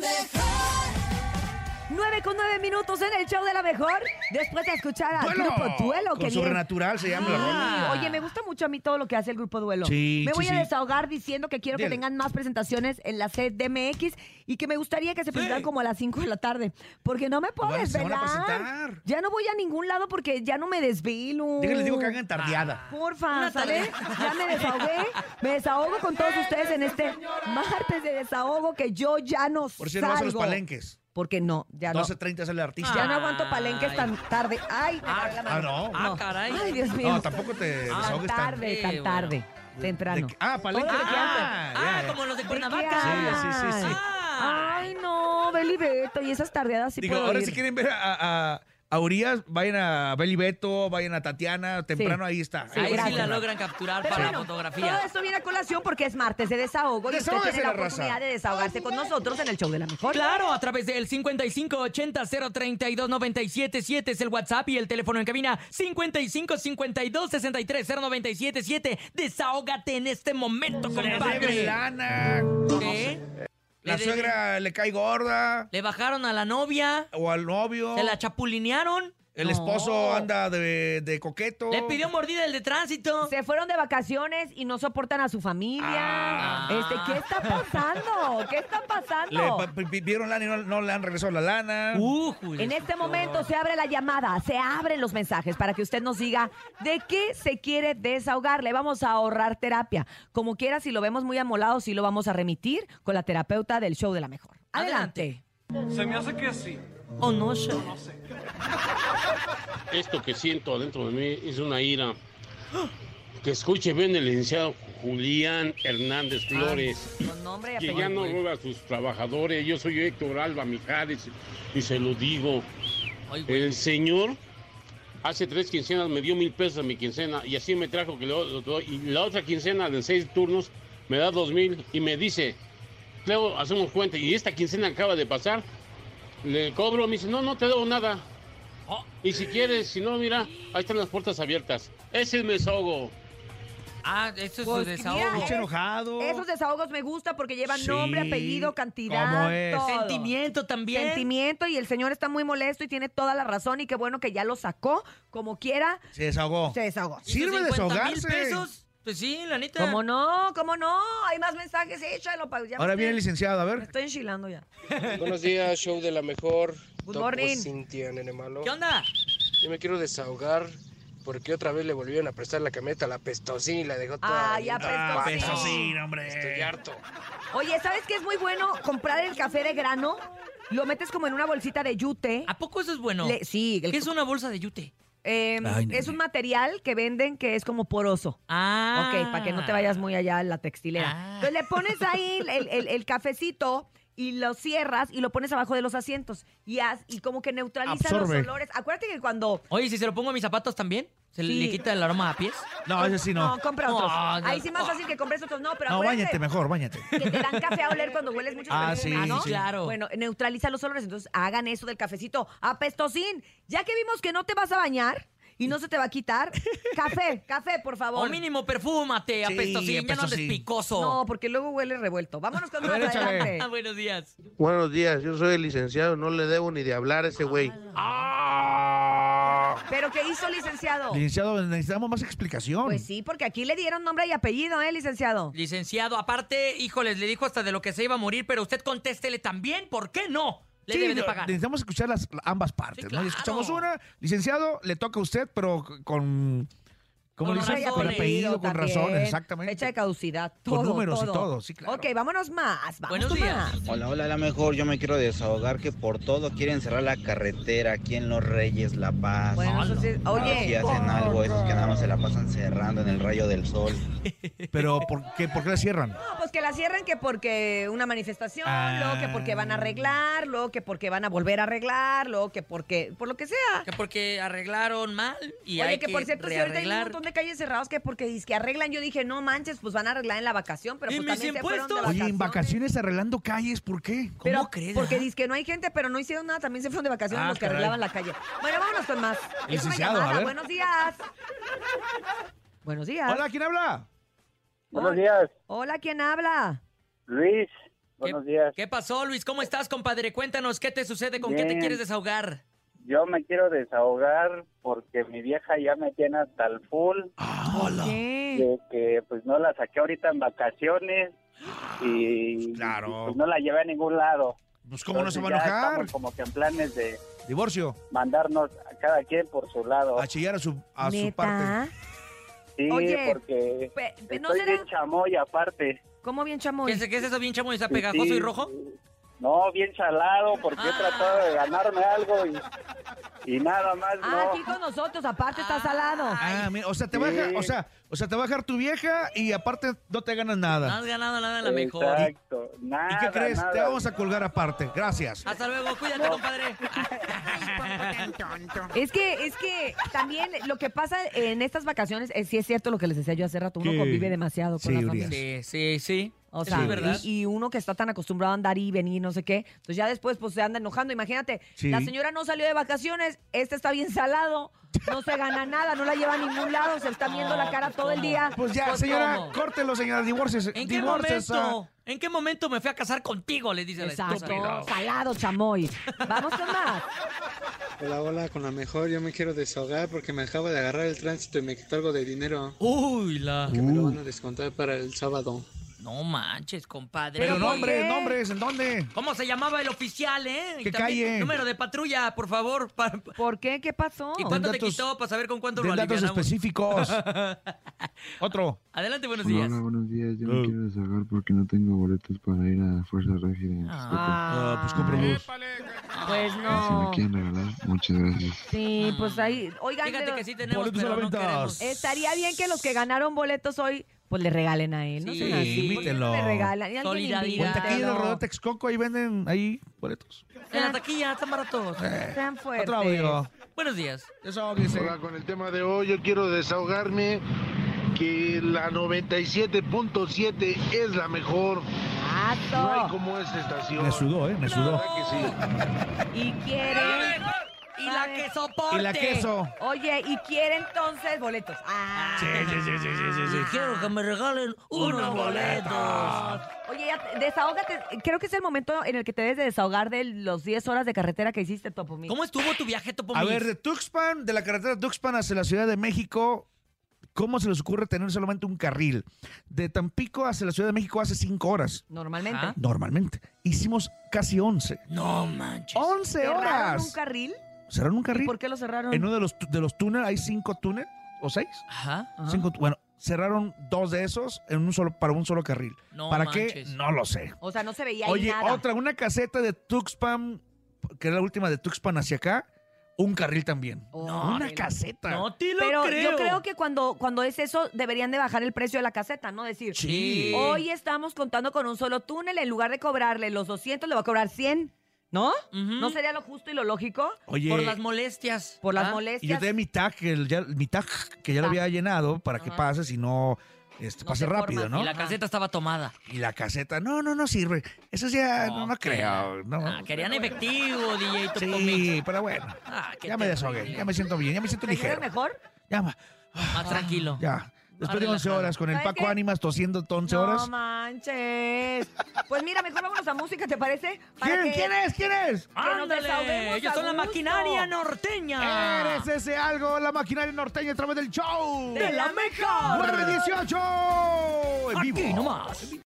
mejor. 9 con 9 minutos en el show de la mejor. Después de escuchar al Duelo. grupo Duelo, que Con bien. Sobrenatural se llama la rola. Ah, Oye, me gusta mucho a mí todo lo que hace el grupo Duelo. Sí, me voy sí, a sí. desahogar diciendo que quiero que Dile. tengan más presentaciones en la CDMX y que me gustaría que se presentaran como a las 5 de la tarde, porque no me puedo Van- Pues se van a desvelar. presentar. Ya no voy a ningún lado porque ya no me desvelo. Déjenles digo que hagan tardeada. Ah. Porfa, ¿sabes? Ya me desahogué. Me desahogo con todos ustedes en este martes de desahogo que yo ya no Por cierto, vas a los salgo. palenques. Porque no, ya no. 12.30 sale el artista. Ya no aguanto palenques tan tarde. Ay, me agarré la Ah, mano. no. Ah, caray. Ay, Dios mío. No, tampoco te Tan desahogues tan. tarde, Sí, tan bueno. tarde. Temprano. de- ah, palenque. Todo lo que Ah, antes. ya, Ah, ya. como los de ¿De Cuernavaca. qué Sí, sí, sí, sí. Ah. Ay, no, Beli Beto y esas tardeadas sí Digo, puedo ahora ir. si quieren ver a, a, a Urias, vayan a Beli Beto, vayan a Tatiana, temprano ahí está. Sí, Ahí Ahí está. sí gracias. la logran capturar Pero para la bueno, fotografía. todo esto viene a colación porque es martes de desahogo y usted tiene Desahógese la la raza. oportunidad de desahogarse con nosotros en el show de la mejor. Claro, a través del 5580-032-977 es el WhatsApp y el teléfono en cabina 5552-630977. Desahógate en este momento, Le deben compadre. lana. ¿Qué? La Le- suegra le cae gorda. Le bajaron a la novia, O al novio. se la chapulinearon, El No. esposo anda de, de coqueto. le pidió mordida el de tránsito. Oh. Se fueron de vacaciones y no soportan a su familia. Ah. Este, ¿qué está pasando? ¿Qué está pasando? Le pa- pi- pidieron lana y no, no le han regresado la lana. Ujú, En Pues, este momento se abre la llamada, se abren los mensajes para que usted nos diga de qué se quiere desahogar. Le vamos a ahorrar terapia. Como quiera, si lo vemos muy amolado, sí lo vamos a remitir con la terapeuta del show de la mejor. Adelante. Se me hace que sí. Oh, no sé. Esto que siento adentro de mí es una ira. Que escuche bien el licenciado Julián Hernández Flores, Con nombre y que ya apellido. no roba a sus trabajadores. Yo soy Héctor Alba Mijares y se lo digo. Ay, güey. El señor hace tres quincenas me dio mil pesos a mi quincena y así me trajo que lo- lo doy. Y la otra quincena de seis turnos me da dos mil y me dice, luego hacemos cuenta y esta quincena acaba de pasar, le cobro, me dice, no, no te debo nada. Oh. Y si quieres, si no, mira, ahí están las puertas abiertas. Ese es mi desahogo. Ah, eso es su Pues, desahogo. mira, Pinche enojado. Esos desahogos me gusta porque llevan Sí. nombre, apellido, cantidad, ¿Cómo es? todo. Sentimiento también. Sentimiento y el señor está muy molesto y tiene toda la razón y qué bueno que ya lo sacó. Como quiera, Se desahogó. se desahogó. Sirve 150 mil desahogarse. pesos? Pues sí, la neta. ¿Cómo no? ¿Cómo no? Hay más mensajes, échalo. pa- ya me Ahora viene el estoy- licenciado, a Me ver. estoy enchilando ya. Buenos días, show de la mejor. Good Topo morning. Cintia, nene malo. ¿Qué onda? Yo me quiero desahogar porque otra vez le volvieron a prestar la camioneta a la pestosín y la dejó toda. Ah, bien ya rapada. pestosín. pestosín, hombre. Estoy harto. Oye, ¿sabes qué es muy bueno comprar el café de grano? Lo metes como en una bolsita de yute. ¿A poco eso es bueno? Le- sí, el- ¿Qué es una bolsa de yute? eh, es un material que venden que es como poroso. Ah. Ok, para que no te vayas muy allá a la textilera. Ah. Entonces le pones ahí el, el- el cafecito y lo cierras y lo pones abajo de los asientos y, haz- y como que neutraliza Absorbe. los olores. Acuérdate que cuando... Oye, si se lo pongo a mis zapatos también, ¿se Sí. le quita el aroma a pies? No, ese sí no. No, compra otros. No, no, ahí sí más no. fácil que compres otros. No, pero No, acuérdate- bañate mejor, bañate. que te dan café a oler cuando hueles mucho Ah, perfume, sí, ¿no? sí. Claro. Bueno, neutraliza los olores, entonces hagan eso del cafecito. Apestosín, ya que vimos que no te vas a bañar y no se te va a quitar, café, café, por O favor. mínimo perfúmate, Sí, apestosín, ya no andes apestosín. picoso. No, porque luego huele revuelto. Vámonos con A ver, más échale. adelante. Ah, buenos días. Buenos días, yo soy el licenciado, no le debo ni de hablar a ese güey. Pero ¿qué hizo, licenciado? Licenciado, necesitamos más explicación. Pues sí, porque aquí le dieron nombre y apellido, ¿eh, licenciado? Licenciado, aparte, híjoles, le dijo hasta de lo que se iba a morir, pero usted contéstele también, ¿por qué no? Le Sí, deben de no, pagar. Necesitamos escuchar las, ambas partes, Sí, ¿no? claro. Y escuchamos una, licenciado, le toca a usted, pero con. ¿Cómo Con le los dicen? Con razones. apellido, con eh. también, razones, exactamente. Fecha de caducidad, todo. Con números y todo, sí, claro. Ok, vámonos más. Vamos Buenos con días. más. Hola, hola, la mejor. Yo me quiero desahogar que por todo quieren cerrar la carretera aquí en Los Reyes, La Paz. Bueno, eso sí- Oye. oye, hacen algo, esos que nada más se la pasan cerrando en el rayo del sol. Pero ¿por qué, ¿por qué la cierran? No, pues que la cierren que porque una manifestación, Ah. luego que porque van a arreglar, luego que porque van a volver a arreglar, luego que porque, por lo que sea. Que porque arreglaron mal y Oye, hay que, que, por cierto, si ahorita hay un rearreglar. montón de calles cerradas que porque dice que arreglan, yo dije, no manches, pues van a arreglar en la vacación, pero ¿Y pues mis también se impuestos? fueron de Oye, en vacaciones arreglando calles, ¿por qué? ¿Cómo Pero, crees? Porque ah? dice que no hay gente, pero no hicieron nada, también se fueron de vacaciones Ah, los que caray. arreglaban la calle. Bueno, vámonos con más. Es una Licenciado, a llamada. ver. Buenos días. Buenos días. Hola, ¿quién habla? Buenos días, Hola, ¿quién habla? Luis. Buenos días. ¿Qué pasó, Luis? ¿Cómo estás, compadre? Cuéntanos, ¿qué te sucede? ¿Con qué te Bien. quieres desahogar? Yo me quiero desahogar porque mi vieja ya me tiene hasta el full ¿Por qué? de que pues no la saqué ahorita en vacaciones y Claro. y, pues no la llevé a ningún lado. Pues cómo no se va a Entonces, ya enojar. estamos como que en planes de Divorcio. mandarnos a cada quien por su lado. A chillar a su, a su ¿Neta? parte. Sí, Oye, porque Pe- pe- ¿No estoy bien será? chamoy aparte. ¿Cómo bien chamoy? ¿Qué es, qué es eso bien chamo? ¿Está Sí, pegajoso sí. y rojo? No, bien chalado, porque Ah. he tratado de ganarme algo y, y nada más Ah, no. aquí con nosotros, aparte está salado. Ah, mira, o sea, te va a Sí. dejar, o sea, o sea, te va a dejar tu vieja y aparte no te ganas No nada. has ganado nada de la mejor. Exacto, nada, ¿Y qué crees? nada. Te vamos a colgar aparte. Gracias. Hasta luego, cuídate, compadre. Ah, Es que, es que también lo que pasa en estas vacaciones, eh, sí es cierto lo que les decía yo hace rato, uno Sí. convive demasiado con Sí, la Urias. familia. Sí, sí, sí. O Eso sea, es verdad. y, y uno que está tan acostumbrado a andar y venir, no sé qué. Entonces ya después pues se anda enojando. Imagínate, Sí. la señora no salió de vacaciones, este está bien salado, no se gana nada, no la lleva a ningún lado, se está viendo la cara todo el día. Pues ya, Pues, señora, ¿cómo? córtelo, señora, divorciese. ¿En qué divórciese. momento? ¿En qué momento me fui a casar contigo? Le dice la Exacto, estúpida. salado, chamoy. Vamos con más. Hola, hola, con la mejor. Yo me quiero desahogar porque me acaba de agarrar el tránsito y me quitó algo de dinero Uy, la. que Uh. me lo van a descontar para el sábado. No manches, compadre. Pero ¿por qué? nombres, nombres, ¿en dónde? ¿Cómo se llamaba el oficial, eh? Y Que también, calle. Número de patrulla, por favor. pa- pa- ¿Por qué? ¿Qué pasó? ¿Y cuánto Den te datos- quitó para saber con cuánto lo Den datos alivianamos? específicos. Otro. Adelante, buenos días. buenos días. Yo me Eh. quiero desahogar porque no tengo boletos para ir a Fuerza Régida. Ah, pues cómpralos. Pues no. regalar, muchas gracias. Sí, pues ahí. Oigan, Fíjate pero que sí tenemos, Boletos a pero la no venta. queremos. estaría bien que los que ganaron boletos hoy, pues le regalen a él. No Sí, pues, sean así. ¿por qué No invítelo. le regalan. Y alguien Solidaridad. Ponte aquí en el invítelo. rodeo Texcoco, ahí venden ahí boletos. En la taquilla, están baratos. Sean Otro fuertes. audio. Buenos días. Desahóguese. Hola, con el tema de hoy yo quiero desahogarme que la 97.7 es la mejor. No hay Aso. como esta estación. Me sudó, ¿eh? Me sudó. ¿Verdad que sí? Y quieren. Y la Ay. que soporte. Y la queso. Oye, y quiere entonces boletos. Ah. Y quiero que me regalen unos boletos. Oye, ya te- desahógate. Creo que es el momento en el que te debes de desahogar de los 10 horas de carretera que hiciste, Topo. Mix. ¿Cómo estuvo tu viaje, Topo A Mix? ver, de Tuxpan, de la carretera Tuxpan hacia la Ciudad de México, ¿cómo se les ocurre tener solamente un carril? De Tampico hacia la Ciudad de México hace cinco horas, Normalmente. Ajá. normalmente. Hicimos casi 11. No manches. ¡11 ¿Cerraron horas! un carril? ¿Cerraron un ¿Y carril? por qué lo cerraron? En uno de los, tu- de los túneles, hay cinco túneles, o seis. Ajá. Ajá. Cinco tu- bueno, cerraron dos de esos en un solo, para un solo carril. No ¿Para manches. qué? No lo sé. O sea, no se veía ahí Oye, nada. otra, una caseta de Tuxpan, que era la última de Tuxpan hacia acá, un carril también. Órale. una caseta. No te lo Pero creo. yo creo que cuando, cuando es eso, deberían de bajar el precio de la caseta, ¿no? Decir, Sí. hoy estamos contando con un solo túnel, en lugar de cobrarle los 200, le va a cobrar 100, ¿no? Ujú. ¿No sería lo justo y lo lógico? Oye, Por las molestias. Por las Ah, Mm. y yo molestias. te di mi tag, que el- ya- mi tag que ya lo Tag. había llenado para que Ajá. pases y no este, No pase te rápido, formas, ¿no? Y la caseta estaba tomada. Y la caseta, no, no, no sirve. Eso ya Ah, no, no Ok. creo. No. Ah, querían efectivo, DJ Topo Mix. Sí, pero bueno. Ah, qué ya me terrible. desahogué, ya me siento bien, ya me siento ¿Te sientes ligero. mejor? Ya, ma- Más tranquilo. ya. Después de relajado. 11 horas, con el ¿Sabes Paco qué? Ánimas tosiendo 11 No horas. manches. Pues mira, mejor vámonos a música, ¿te parece? Para ¿Quién, que- ¿Quién es? ¿Quién es? nos ¡Ándale! desahoguemos Ellos a son la gusto. maquinaria norteña. Eres ese algo, la maquinaria norteña a través del show. ¡De la mejor! 918 en vivo. Aquí nomás.